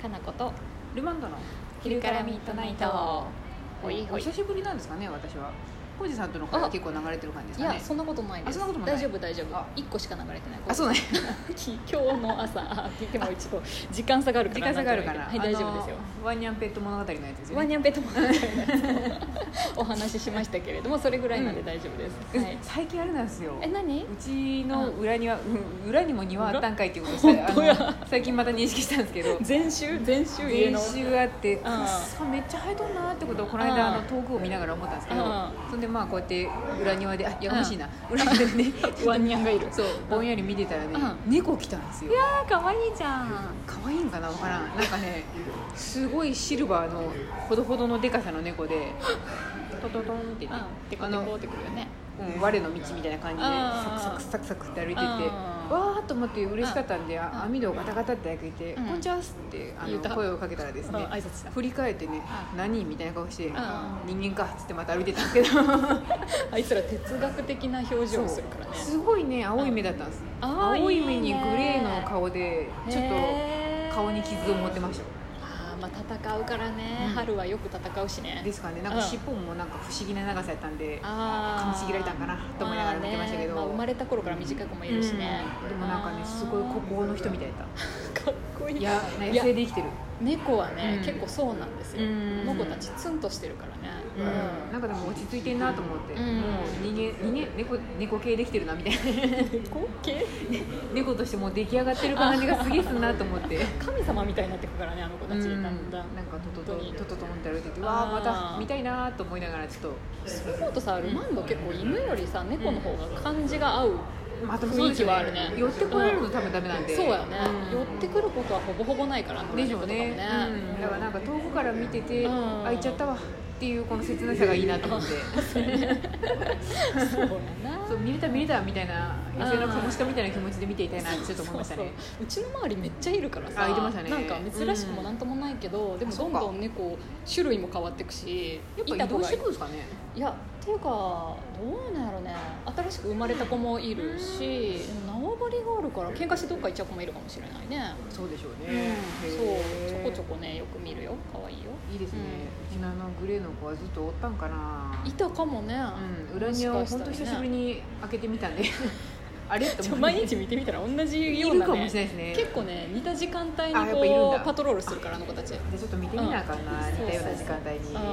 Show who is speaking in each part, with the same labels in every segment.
Speaker 1: かなこと
Speaker 2: ルマンドの
Speaker 1: 昼からミッドナイトほいほ
Speaker 2: お
Speaker 1: い
Speaker 2: 久しぶりなんですかね私は浩二さんとの会
Speaker 1: あ
Speaker 2: は結構流れてる感じです
Speaker 1: い
Speaker 2: かね
Speaker 1: やそんなことないです
Speaker 2: あそんなこともない
Speaker 1: 大丈夫大丈夫
Speaker 2: あ
Speaker 1: 一個しか流れてない
Speaker 2: あそうね
Speaker 1: 今日の朝あって言ってもちょっと 時間差があるか
Speaker 2: 時
Speaker 1: ら
Speaker 2: 間差があるから、
Speaker 1: はい大丈夫ですよ
Speaker 2: あのワンニャンペット物語のやつですよ
Speaker 1: ワニ
Speaker 2: ね
Speaker 1: ャンペットも話したいなとお話ししましたけれどもそれぐらいなんで大丈夫です、
Speaker 2: うん
Speaker 1: はい、
Speaker 2: 最近あれなんですよ
Speaker 1: え何
Speaker 2: うちの裏には、うん裏にも庭あったんかいっていうことを
Speaker 1: 裏本当
Speaker 2: し
Speaker 1: や
Speaker 2: たあの最近また認識したんですけど
Speaker 1: 前週前週家
Speaker 2: 練
Speaker 1: の
Speaker 2: 習あってくっ
Speaker 1: ん
Speaker 2: そめっちゃ生えとんなってことをこの
Speaker 1: うん
Speaker 2: 間あの遠くを見ながら思ったんですけど
Speaker 1: うん
Speaker 2: そんでまあこうやって裏庭であやかましいな裏庭 でね
Speaker 1: ワンニャンがいる
Speaker 2: そうぼんやり見てたらね
Speaker 1: う
Speaker 2: 猫来たんですよ
Speaker 1: あー可愛いじゃん
Speaker 2: 可愛いんかなわからんなんかねすごいシルバーのほどほどのでかさの猫でトトトンってね
Speaker 1: うんテコ
Speaker 2: あ
Speaker 1: テ
Speaker 2: の
Speaker 1: コってくるよね
Speaker 2: うん我の道みたいな感じで
Speaker 1: あー
Speaker 2: サクサクサクサクって歩いてて
Speaker 1: あー
Speaker 2: わーっと思って嬉しかったんで
Speaker 1: ん
Speaker 2: あ網戸をガタガタって開けて「
Speaker 1: うん
Speaker 2: こんにちは」ってあ
Speaker 1: 言った
Speaker 2: の声をかけたらですね
Speaker 1: うん挨拶した
Speaker 2: 振り返ってね
Speaker 1: う
Speaker 2: 「何?」みたいな顔して
Speaker 1: ん
Speaker 2: 「人間か」っつってまた歩いてたんですけど
Speaker 1: あいつら哲学的な表情をするからね
Speaker 2: すごいね青い目だったんです
Speaker 1: あー
Speaker 2: 青い目
Speaker 1: いい
Speaker 2: に
Speaker 1: ね
Speaker 2: グレーの顔でちょっ
Speaker 1: へー
Speaker 2: と顔に傷を持ってました
Speaker 1: あーまあ戦うからね、
Speaker 2: うん
Speaker 1: 春はよく戦うしね
Speaker 2: ですからねなんか尻尾もなんか不思議な長さやったんで
Speaker 1: あー
Speaker 2: 噛みちぎられたんかなと思いながら見てましたけど
Speaker 1: あーねまあ生まれた頃から短い子もいるしね、
Speaker 2: うんでもなんかねすごい孤高の人みたいだった
Speaker 1: かっこいい
Speaker 2: いや
Speaker 1: い
Speaker 2: 野
Speaker 1: や
Speaker 2: 生で生きてる
Speaker 1: 猫はね、
Speaker 2: うん
Speaker 1: 結構そうなんですよ、
Speaker 2: うん
Speaker 1: この子たちツンとしてるからね、
Speaker 2: なんかでも落ち着いてんなと思って、
Speaker 1: うん
Speaker 2: もう人間人間猫猫系できてるなみたいな
Speaker 1: 猫系
Speaker 2: 猫としてもう出来上がってる感じがすげえすんなと思って
Speaker 1: 神様みたいになってくからねあの子た
Speaker 2: う
Speaker 1: ち、
Speaker 2: ん
Speaker 1: だ
Speaker 2: なん
Speaker 1: んだん
Speaker 2: かトト
Speaker 1: 本
Speaker 2: ト
Speaker 1: 当に
Speaker 2: ントトトンって歩いてて
Speaker 1: あー
Speaker 2: わあまた見たいなと思いながらちょっ
Speaker 1: そう思うとさルマンド結構犬よりさ猫の方が感じが合う、
Speaker 2: とまた
Speaker 1: 雰囲気はあるね
Speaker 2: 寄ってこられるの多分ダメなんで、
Speaker 1: そうやね、
Speaker 2: うん
Speaker 1: 寄ってくることはほぼほぼないから
Speaker 2: でしょうね
Speaker 1: 野良猫
Speaker 2: うん、だからなんか遠くから見てて、
Speaker 1: うん
Speaker 2: あいちゃったわっていうこの切なさがいいなと思って
Speaker 1: とかもねそうやな
Speaker 2: そう見れた見れたみたいな野生のカモシカみたいな気持ちで見ていたいなってちょっと思いました
Speaker 1: そう
Speaker 2: ね
Speaker 1: そううちの周りめっちゃいるからさ
Speaker 2: あいてましたね
Speaker 1: なんか珍しくもなんともないけど、でもどんどん猫種類も変わってくしい
Speaker 2: や
Speaker 1: た
Speaker 2: っ
Speaker 1: 子
Speaker 2: ぱ移動
Speaker 1: が
Speaker 2: してくるんですかね
Speaker 1: いやっていうかどうなんやろね新しく生まれた子もいるし縄張りがあるから喧嘩してどっか行っちゃう子もいるかもしれないね、
Speaker 2: そうでしょう
Speaker 1: うん
Speaker 2: ね、
Speaker 1: そうちょ
Speaker 2: へー
Speaker 1: こちょこねよく見るよ可愛いよ
Speaker 2: いいですね、うちのあのグレーの子はずっとおったんかない
Speaker 1: たかもね、
Speaker 2: うん、裏庭を本当久しぶり
Speaker 1: に
Speaker 2: に開けてみたんで あれって思って
Speaker 1: 毎日見てみたら同じ
Speaker 2: い
Speaker 1: よう
Speaker 2: る
Speaker 1: な、ね、
Speaker 2: かもしれないですね
Speaker 1: 結構ね似た時間帯に
Speaker 2: あやっぱいるん
Speaker 1: こ
Speaker 2: だ
Speaker 1: うパトロールするからあの子たち
Speaker 2: じゃあちょっと見てみなあかんな、
Speaker 1: うん
Speaker 2: 似たような時間帯
Speaker 1: うん
Speaker 2: に、
Speaker 1: いやいい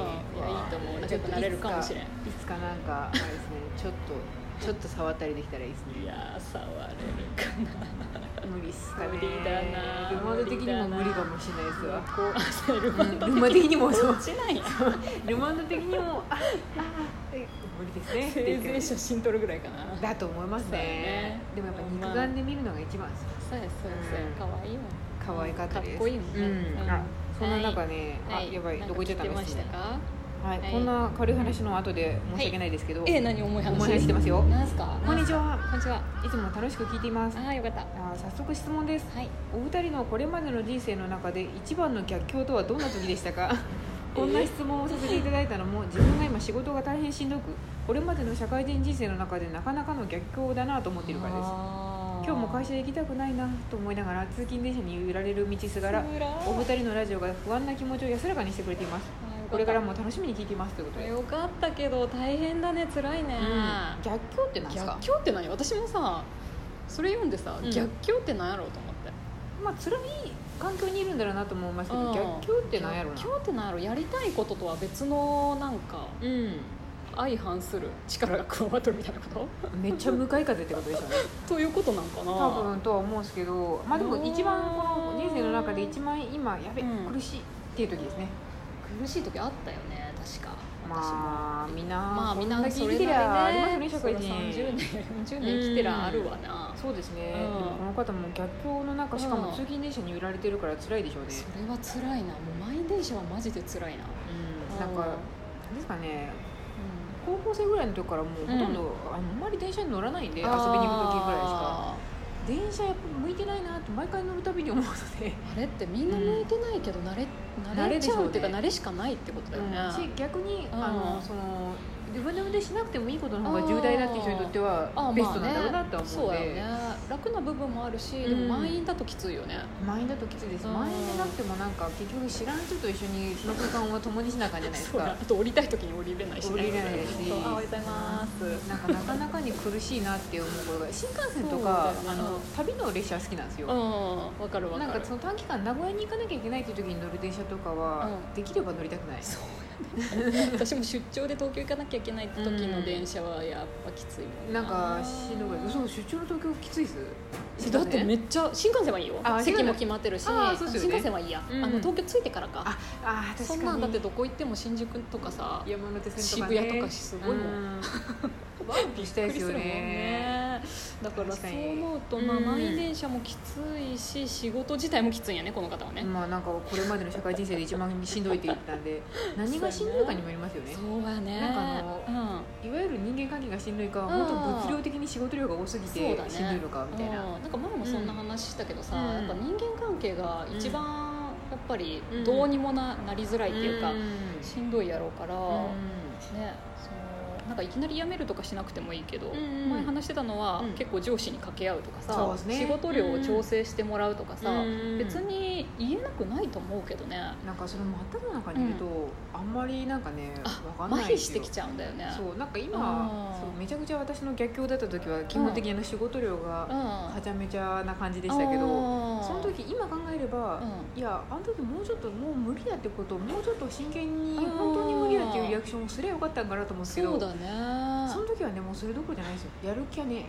Speaker 1: と思う仲良くなれるかもしれん
Speaker 2: いつかいつかなんかあれですねちょっとちょっと触ったりできたらいいです
Speaker 1: い
Speaker 2: ね
Speaker 1: やー触れるかな
Speaker 2: 無理っすかね
Speaker 1: 無理だな
Speaker 2: ルマード的にも無理かもしれないですわ
Speaker 1: こう朝ルマンド
Speaker 2: ルマ的にもそう
Speaker 1: 落ちないやん
Speaker 2: ルマード的にもああえ無理ですねって
Speaker 1: せ
Speaker 2: い
Speaker 1: いうぜい写真撮るぐらいかなそうや
Speaker 2: だと思いますね
Speaker 1: そうだね
Speaker 2: でもやっぱ肉眼で見るのが一番です
Speaker 1: そうやそうや
Speaker 2: うん
Speaker 1: 可愛いもん
Speaker 2: 可愛かったです
Speaker 1: かっこいいもんね
Speaker 2: うん
Speaker 1: うん
Speaker 2: あそんな中ね、
Speaker 1: は
Speaker 2: あやばい
Speaker 1: なん
Speaker 2: ど
Speaker 1: か
Speaker 2: こ行っちゃった
Speaker 1: 聞いて
Speaker 2: んで
Speaker 1: ますしたか
Speaker 2: はい、
Speaker 1: はい
Speaker 2: こんな軽い話の後で申し訳ないですけど、
Speaker 1: え何重い話
Speaker 2: 重い話してますよ
Speaker 1: なんすか
Speaker 2: こんにちは
Speaker 1: こんにちはい
Speaker 2: つも楽しく聞いています
Speaker 1: ああよかった
Speaker 2: あー早速質問です
Speaker 1: はい
Speaker 2: お二人のこれまでの人生の中で一番の逆境とはどんな時でし たかこんな質問をさせていただいたのも自分が今仕事が大変しんどくこれまでの社会人人生の中でなかなかの逆境だなと思っているからです
Speaker 1: 今
Speaker 2: 今日も会社へ行きたくないなと思いながら通勤電車に揺られる道すがらお二人のラジオが不安な気持ちを安らかにしてくれていますこれからも楽しみに聞いていますということで、うん、
Speaker 1: よかったけど大変だね辛いね、
Speaker 2: 逆境ってなんですか
Speaker 1: 逆境って何私もさそれ読んでさ、
Speaker 2: うん
Speaker 1: 逆境って何やろうと思って
Speaker 2: まあ辛い環境にいるんだろうなとも思いますけ
Speaker 1: う
Speaker 2: ど
Speaker 1: ん
Speaker 2: 逆境ってなんやろうな
Speaker 1: 逆境って何やろうやりたいこととは別のなんか
Speaker 2: う
Speaker 1: 相反する力が加わっとるみたいなこと
Speaker 2: んめっちゃ向かい風っ てことでしょうね
Speaker 1: ということなんかな
Speaker 2: 多分とは思うんですけどまあでも一番こ
Speaker 1: う
Speaker 2: の
Speaker 1: ん
Speaker 2: 人生の中で一番今やべ、
Speaker 1: うん
Speaker 2: 苦しいっていう時ですね
Speaker 1: 苦しい時あったよね確か私も
Speaker 2: まあみんな、
Speaker 1: まあみんな
Speaker 2: こだけ
Speaker 1: そ
Speaker 2: 生
Speaker 1: れなり
Speaker 2: きて
Speaker 1: ね
Speaker 2: りゃありますよね社会人
Speaker 1: そら30年40年生きてりゃあるわな、
Speaker 2: そうですね、
Speaker 1: うん
Speaker 2: でもこの方も逆境の中しか
Speaker 1: う
Speaker 2: も
Speaker 1: ん
Speaker 2: 通勤電車に揺られてるから辛いでしょうね
Speaker 1: それは辛いなもう満員電車はマジで辛いな、
Speaker 2: う
Speaker 1: う
Speaker 2: ん
Speaker 1: ん
Speaker 2: なんかなんですかね高校生ぐらいの時からもうほとんど、あんまり電車に乗らないんで遊びに行く時ぐらいしか
Speaker 1: あー
Speaker 2: 電車やっぱ向いてないなって毎回乗るたびに思うので
Speaker 1: あれってみんな向いてないけど慣れ,、慣れちゃうっていうか
Speaker 2: 慣れでしょうね
Speaker 1: 慣れしかないってことだよね、
Speaker 2: し逆に、
Speaker 1: うん
Speaker 2: あのその自分で運転しなくてもいいことの方が重大だっていう人にとってはベストなんだろうなとは思う
Speaker 1: そ
Speaker 2: の
Speaker 1: う
Speaker 2: で、
Speaker 1: やよね楽な部分もあるしで
Speaker 2: うん
Speaker 1: も満員だときついよね、
Speaker 2: 満員だときついです
Speaker 1: うん
Speaker 2: 満員でなくてもなんか結局知らん人と一緒にその空間を共にしなあかんじゃないです
Speaker 1: そうや
Speaker 2: か
Speaker 1: あと降りたい時に降りれないしね
Speaker 2: 降りれないし
Speaker 1: そうあおはようございます、
Speaker 2: なんかなかなかに苦しいなって思うことが新幹線とか、
Speaker 1: そうだ
Speaker 2: あ
Speaker 1: よね
Speaker 2: の旅の列車好きなんですよ、
Speaker 1: うんわかるわか
Speaker 2: な
Speaker 1: る
Speaker 2: んかその短期間名古屋に行かなきゃいけないっていう時に乗る電車とかは、
Speaker 1: うん
Speaker 2: できれば乗りたくない
Speaker 1: そうやね私も出張で東京行かなきゃいけない時の電車はやっぱきついもん
Speaker 2: なんかしんどいそう出張の東京きついっす
Speaker 1: だってめっちゃ新幹線はいいよ
Speaker 2: あ
Speaker 1: 席も決まってるし
Speaker 2: あそうですよ
Speaker 1: 新
Speaker 2: ね
Speaker 1: 幹線はいいや、
Speaker 2: うん
Speaker 1: あの東京着いてからか
Speaker 2: ああー確かに
Speaker 1: そんなんだってどこ行っても新宿とかさ
Speaker 2: 山手線とか、ね、
Speaker 1: 渋谷とかすごいもん
Speaker 2: うんワンピしたいですよ
Speaker 1: びっくりるもん
Speaker 2: ね
Speaker 1: ねだから
Speaker 2: 確
Speaker 1: そ
Speaker 2: か
Speaker 1: う
Speaker 2: に
Speaker 1: 思うと、まあ、
Speaker 2: うん
Speaker 1: 満員電車もきついし仕事自体もきついんやねこの方はね、
Speaker 2: まあなんかこれまでの社会人生で一番しんどいって言ったんで何がしんどいかにもよりますよね
Speaker 1: そうやね
Speaker 2: なんかあのいわゆる人間関係がしんどいか
Speaker 1: うん
Speaker 2: もっと物量的に仕事量が多すぎ
Speaker 1: そう
Speaker 2: て
Speaker 1: だね
Speaker 2: しんどいのか
Speaker 1: うん
Speaker 2: みたいな、
Speaker 1: うんなんか前もそんな話したけどさ、
Speaker 2: うん
Speaker 1: やっぱ人間関係が一番やっぱりどうにもな,、なりづらいっていうか、
Speaker 2: うん
Speaker 1: しんどいやろうから、
Speaker 2: う
Speaker 1: ねそのなんかいきなり辞めるとかしなくてもいいけど、
Speaker 2: うん
Speaker 1: 前話してたのは、
Speaker 2: うん
Speaker 1: 結構上司に掛け合うとか
Speaker 2: そう
Speaker 1: さ、
Speaker 2: ですね
Speaker 1: 仕事量を調整してもらうとかさ、
Speaker 2: うん
Speaker 1: 別に言えなくないと思うけどね
Speaker 2: んなんかその真っ只中にいると、あんまりなんかねわかん
Speaker 1: 麻
Speaker 2: ないん
Speaker 1: 痺
Speaker 2: です
Speaker 1: し
Speaker 2: よ
Speaker 1: てきちゃうんだよね
Speaker 2: そうなんか
Speaker 1: あ
Speaker 2: 今
Speaker 1: ー
Speaker 2: そうめちゃくちゃ私の逆境だった時は基本的にあの仕事量
Speaker 1: うん、
Speaker 2: がは
Speaker 1: あ
Speaker 2: ちゃめちゃな感じでしたけど
Speaker 1: ー
Speaker 2: その時今考えれば、
Speaker 1: う
Speaker 2: いやあの時もうちょっともう無理だってことをもうちょっと真剣に
Speaker 1: あー
Speaker 2: 本当に無理だっていうリアクションをすればよかったんかなと思うんですけど
Speaker 1: そうだね
Speaker 2: その時はねもうそれどころじゃないですよやる気はね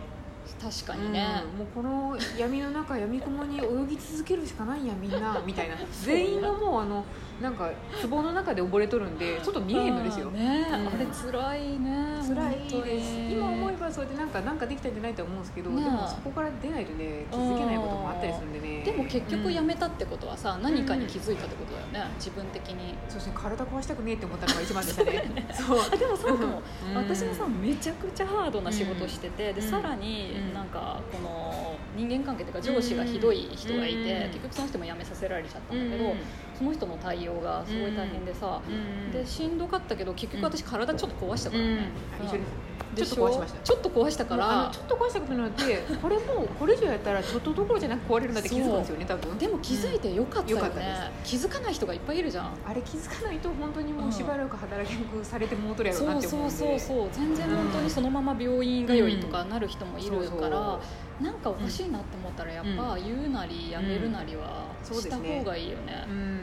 Speaker 1: 確かにね、
Speaker 2: うんもうこの闇の中闇雲に泳ぎ続けるしかないんやみんな みたいな全員がもうあのなんか壺の中で溺れとるんでちょっと見えへんのですよ
Speaker 1: あーね、
Speaker 2: うん
Speaker 1: あれ辛いね
Speaker 2: 辛いです今思え
Speaker 1: い
Speaker 2: ばそれでなんかなんかできたんじゃないとは思うんですけど、
Speaker 1: ね
Speaker 2: でもそこから出ないとね気づけないこともあったりするんでね
Speaker 1: でも結局や
Speaker 2: うん
Speaker 1: めたってことはさ、何かに気づいたってことだよね自分的に
Speaker 2: そうですね体壊したくねえって思ったのが一番でしたね そう
Speaker 1: あでもそうかも、
Speaker 2: うん
Speaker 1: 私もさめちゃくちゃハードな仕事してて、で
Speaker 2: うん
Speaker 1: さらに
Speaker 2: うん
Speaker 1: なんかこの人間関係というか上司がひどい人がいて、
Speaker 2: うん
Speaker 1: 結局その人も辞めさせられちゃったんだけ
Speaker 2: け
Speaker 1: ど、
Speaker 2: ど
Speaker 1: その人の対応がすごい大変でさ、でしんどかったけど結局私体ちょっと壊したからね、うん
Speaker 2: 一緒です
Speaker 1: で
Speaker 2: ちょっと壊しました
Speaker 1: ちょっと壊したか
Speaker 2: だからあの
Speaker 1: ら
Speaker 2: ちょっと壊したことによってこれもうこれ以上やったらちょっとどころじゃなく壊れるなって気づくんですよね多分
Speaker 1: でも気づいてよかったよ
Speaker 2: よ
Speaker 1: ね、
Speaker 2: かった
Speaker 1: 気づかない人がいっぱいいるじゃん
Speaker 2: あれ気づかないと本当にもうしばらく働きなくされてもうとるやろうな
Speaker 1: そ
Speaker 2: っ
Speaker 1: う
Speaker 2: て
Speaker 1: そ
Speaker 2: 思う
Speaker 1: うん
Speaker 2: で
Speaker 1: そうそう全然本当にそのまま病院通いとかなる人もいる
Speaker 2: そうそう
Speaker 1: から、なんかおかしいなって思ったらやっぱ言うなりやめるなりは
Speaker 2: うんそう
Speaker 1: し
Speaker 2: で
Speaker 1: た
Speaker 2: すね
Speaker 1: 方がいいよね
Speaker 2: うん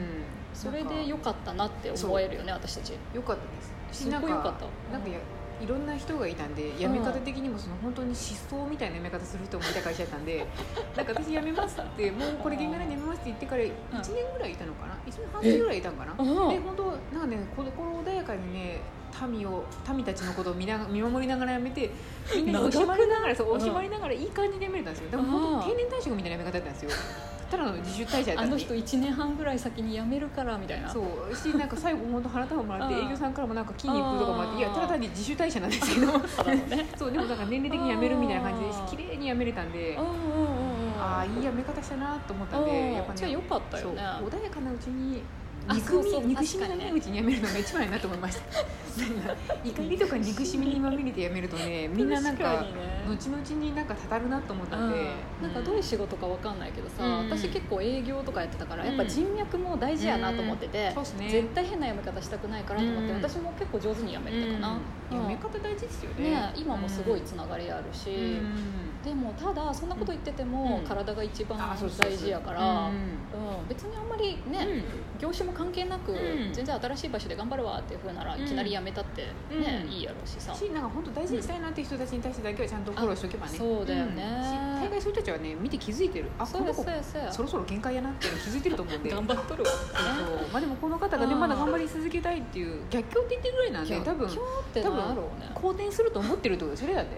Speaker 1: それで
Speaker 2: よ
Speaker 1: 良かったなって思えるよね私たち
Speaker 2: よかったです
Speaker 1: すごい良かった
Speaker 2: なんかやいろんな人がいたんで辞め方的にもその本当に思想みたいな辞め方する人もいた会社だった んでなんか私辞めますってもうこれ限界なんで辞めますって言ってから1年ぐらいいたのかな1年半ぐらいいたのかな
Speaker 1: うん
Speaker 2: で本当なんかね心穏やかにね民を民たちのことを見な見守りなが らやめてみんなに惜しまれながらそ
Speaker 1: 長く
Speaker 2: う惜
Speaker 1: ない
Speaker 2: しまれながらいい感じでやめれたんですよだから本当に定年退職みたいなやめ方だったんです よただの自主退社だった
Speaker 1: あ
Speaker 2: ん
Speaker 1: の
Speaker 2: で
Speaker 1: 人1年半ぐらい先に辞めるからみたいな
Speaker 2: そうしなんか最後本当腹束もらって
Speaker 1: うん
Speaker 2: 営業さんからもなんか筋肉とかもあっ
Speaker 1: う
Speaker 2: て
Speaker 1: ん
Speaker 2: いやただ単に自主退社なんですけど
Speaker 1: ただのね
Speaker 2: そうでもなんか年齢的に辞めるみたいな感じ
Speaker 1: うん
Speaker 2: で綺麗に辞めれたんで
Speaker 1: うんうんうんうん
Speaker 2: ああいい辞め方したなと思ったんでやっ
Speaker 1: うん
Speaker 2: ぱね
Speaker 1: じゃあ良かったよ
Speaker 2: そう
Speaker 1: ね
Speaker 2: 穏やかなうちに
Speaker 1: あ
Speaker 2: 憎
Speaker 1: そう
Speaker 2: み
Speaker 1: そう
Speaker 2: 憎しみが
Speaker 1: 確かに
Speaker 2: ない
Speaker 1: ね
Speaker 2: うちに辞めるのが一番やなと思 いました怒りとか憎しみにまみれて辞めると ねみんななん
Speaker 1: 確
Speaker 2: か
Speaker 1: にね
Speaker 2: 後々になんかたたるなと思ったん
Speaker 1: う
Speaker 2: で、
Speaker 1: んなんかどういう仕事かわかんないけどさ、
Speaker 2: うん
Speaker 1: 私結構営業とかやってたから、
Speaker 2: うん
Speaker 1: やっぱ人脈も大事やなと思ってて、
Speaker 2: そうですね
Speaker 1: 絶対変な辞め方したくないからと思って、
Speaker 2: うん
Speaker 1: 私も結構上手に辞めれたかな、
Speaker 2: うん
Speaker 1: うん
Speaker 2: 辞め方大事ですよね
Speaker 1: ね、今もすごいつながりあるし、
Speaker 2: うん
Speaker 1: でもただそんなこと言ってても、
Speaker 2: うん
Speaker 1: 体が一番
Speaker 2: あそうそうそう
Speaker 1: 大事やから、
Speaker 2: う
Speaker 1: うんん別にあんまりね、
Speaker 2: うん
Speaker 1: 業種も関係なく、
Speaker 2: うん
Speaker 1: 全然新しい場所で頑張るわっていうふうなら、
Speaker 2: うん
Speaker 1: いきなり辞めたって、ね
Speaker 2: うん
Speaker 1: いいやろうしさ。
Speaker 2: しなんか本当大事にしたいなっていう人たちに対してだけはちゃんとフォローしておけばね
Speaker 1: あそうだよね
Speaker 2: んし大概そういう人たちはね見て気づいてるあ
Speaker 1: そ
Speaker 2: こ
Speaker 1: うや
Speaker 2: の
Speaker 1: そ
Speaker 2: 子
Speaker 1: うやそうや
Speaker 2: そろそろ限界やなっていうの気づいてると思うんで
Speaker 1: 頑張っとるわ、ね
Speaker 2: そうそうまあでもこの方がね
Speaker 1: うん
Speaker 2: まだ頑張り続けたいっていう逆境って言ってるぐらいなんで多分
Speaker 1: 逆境ってなんやろうね
Speaker 2: 好転すると思ってるってことですよねだって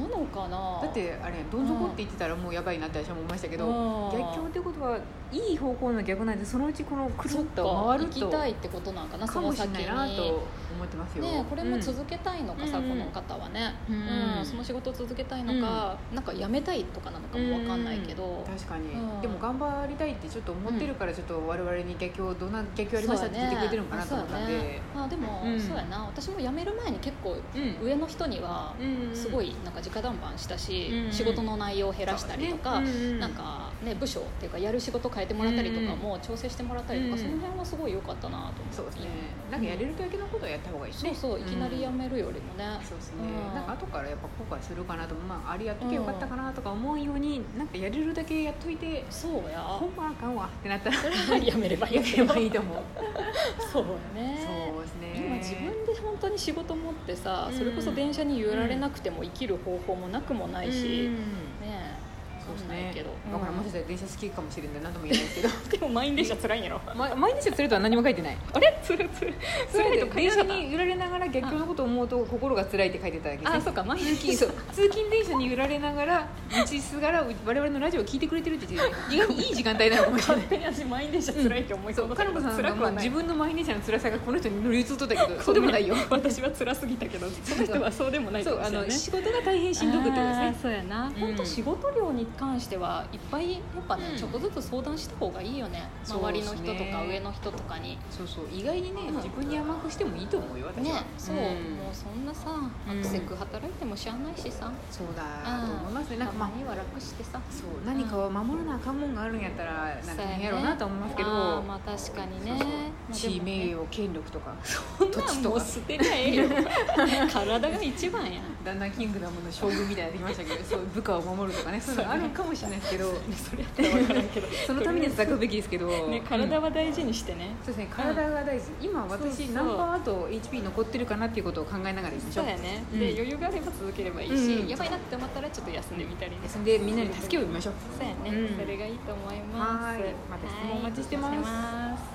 Speaker 1: なのかな
Speaker 2: だってあれどん底って言ってたらもうやばいなって私は思いましたけど、
Speaker 1: うん
Speaker 2: 逆境ってことはいい方向の逆なんでそのうちこのくる
Speaker 1: そ
Speaker 2: っ
Speaker 1: っか
Speaker 2: と回る
Speaker 1: 行き
Speaker 2: と
Speaker 1: たいってことなんかな
Speaker 2: か
Speaker 1: そ
Speaker 2: も
Speaker 1: の
Speaker 2: しれ
Speaker 1: 先
Speaker 2: ない
Speaker 1: に
Speaker 2: なと思ってますよ、
Speaker 1: ね、これも
Speaker 2: うん
Speaker 1: 続けたいのかさ、
Speaker 2: うん
Speaker 1: この方はね、
Speaker 2: うん
Speaker 1: その仕事を続けたいのか、なんか辞めたいとかなのかもわかんないけ
Speaker 2: う
Speaker 1: ど
Speaker 2: ん、確かに、
Speaker 1: うん
Speaker 2: でも頑張りたいってちょっと思ってるから、ちょっと我々に逆境どんな逆境ありましたって聞いてくれてるのかなと思ったんで
Speaker 1: そうやねあでも、
Speaker 2: うん
Speaker 1: そうやな私も辞める前に結構
Speaker 2: うん
Speaker 1: 上の人には
Speaker 2: うん
Speaker 1: すごいなんか直談判したし、
Speaker 2: うん
Speaker 1: 仕事の内容を減らしたりとか、
Speaker 2: そうですねう
Speaker 1: なんかね部署っていうかやる仕事変えてもらったりとか
Speaker 2: うん
Speaker 1: も調整してもらったりとか、
Speaker 2: うん
Speaker 1: その辺はすごい良かったなと思って
Speaker 2: そうですねなんかやれるだけのことをやった方がいいし、
Speaker 1: そう
Speaker 2: ね、
Speaker 1: そういきなり辞
Speaker 2: うん
Speaker 1: めるよりもね、
Speaker 2: そうですね、
Speaker 1: うん
Speaker 2: なんか後からやっぱ後悔するかなとまああれやっときゃよかったかなとか思うように、なんかやれるだけやっといて
Speaker 1: そうや
Speaker 2: ほんまあかんわってなったら
Speaker 1: 辞めればいい
Speaker 2: や
Speaker 1: け
Speaker 2: め
Speaker 1: ど
Speaker 2: ればいいと思う、
Speaker 1: そうやね
Speaker 2: そうですね
Speaker 1: 今自分で本当に仕事持ってさ、
Speaker 2: うん
Speaker 1: それこそ電車に揺られなくても生きる方法もなくもないし、
Speaker 2: うん
Speaker 1: ねえ
Speaker 2: そうです
Speaker 1: わかんな
Speaker 2: ね
Speaker 1: いけど
Speaker 2: だからもしかしたら電車好きかもしれない何とも言えないですけ
Speaker 1: で
Speaker 2: ど
Speaker 1: も満員電車辛いんやろ
Speaker 2: ま毎日するとは何も書いてない
Speaker 1: あれつるつるつるいとか
Speaker 2: 電車に揺られながら逆境のことを思うと心が辛いって書いてただけ
Speaker 1: あ
Speaker 2: です
Speaker 1: そう
Speaker 2: ね
Speaker 1: か満員
Speaker 2: 通
Speaker 1: 電
Speaker 2: 勤
Speaker 1: 車
Speaker 2: そう通勤電車に揺られながら道すがら我々のラジオを聞いてくれてるって言って意外にいい時間帯なのかもし
Speaker 1: 勝
Speaker 2: れ ない
Speaker 1: 手に私満員電車辛いって思い
Speaker 2: そ
Speaker 1: そう
Speaker 2: う
Speaker 1: だ
Speaker 2: か
Speaker 1: け
Speaker 2: な
Speaker 1: ど
Speaker 2: こさん
Speaker 1: 辛
Speaker 2: が
Speaker 1: く
Speaker 2: まあ
Speaker 1: はない
Speaker 2: 自分の毎日の辛さがこの人に乗り移ったけどそうでもないよ
Speaker 1: 私は辛すぎたけどその人はそうでもないか
Speaker 2: そう
Speaker 1: も
Speaker 2: あ
Speaker 1: しれな
Speaker 2: の
Speaker 1: い
Speaker 2: 仕事が大変しんどくってことです
Speaker 1: あ
Speaker 2: ね
Speaker 1: ーそうやな本当、仕事量に関してはいっぱいやっぱね、
Speaker 2: うん
Speaker 1: ちょっとずつ相談した方がいいよね
Speaker 2: そう
Speaker 1: 周
Speaker 2: で
Speaker 1: り
Speaker 2: す
Speaker 1: の
Speaker 2: ね
Speaker 1: 人とか上の人とかに
Speaker 2: そうそう意外にね、
Speaker 1: うん
Speaker 2: 自分に甘くしてもいいと思うよ私
Speaker 1: ね
Speaker 2: は、
Speaker 1: そう、もうそんなさ
Speaker 2: うん
Speaker 1: 悪せく働いてもしゃあないしさ、
Speaker 2: そうだ
Speaker 1: うん
Speaker 2: と思いますねなん
Speaker 1: た
Speaker 2: か
Speaker 1: ま
Speaker 2: まあ
Speaker 1: には楽してさ
Speaker 2: そう何かを守らなあかんもんがあるんやったらなんか変やろうなと思いますけど、
Speaker 1: そうやねあーまあ確かにね
Speaker 2: そう地位名
Speaker 1: を
Speaker 2: 誉権力とか
Speaker 1: そん
Speaker 2: 土
Speaker 1: なん
Speaker 2: 地と
Speaker 1: もう
Speaker 2: か
Speaker 1: 捨てない よ体が一番や
Speaker 2: だんだんキングダムの将軍みたいになってき ましたけどそう部下を守るとかねそういうのあるかもしれないですけど
Speaker 1: それ やったら分からんけど
Speaker 2: そのために戦うべきですけど、
Speaker 1: ね
Speaker 2: う
Speaker 1: 体
Speaker 2: ん
Speaker 1: は大事にしてね、
Speaker 2: そうですね体が大事、今私
Speaker 1: そうそう
Speaker 2: 何パーあと HP 残ってるかなっていうことを考えながらいきまし
Speaker 1: そ
Speaker 2: ょ
Speaker 1: う
Speaker 2: う
Speaker 1: やね、
Speaker 2: うん
Speaker 1: で余裕があれば続ければいいし、
Speaker 2: うん
Speaker 1: やばいなって思ったらちょっと休んでみたりね
Speaker 2: それでみんなに助けを呼びましょう
Speaker 1: そうやね、
Speaker 2: うん
Speaker 1: それがいいと思います
Speaker 2: はーいまた質問お待ちしてます
Speaker 1: はいお待ちしてます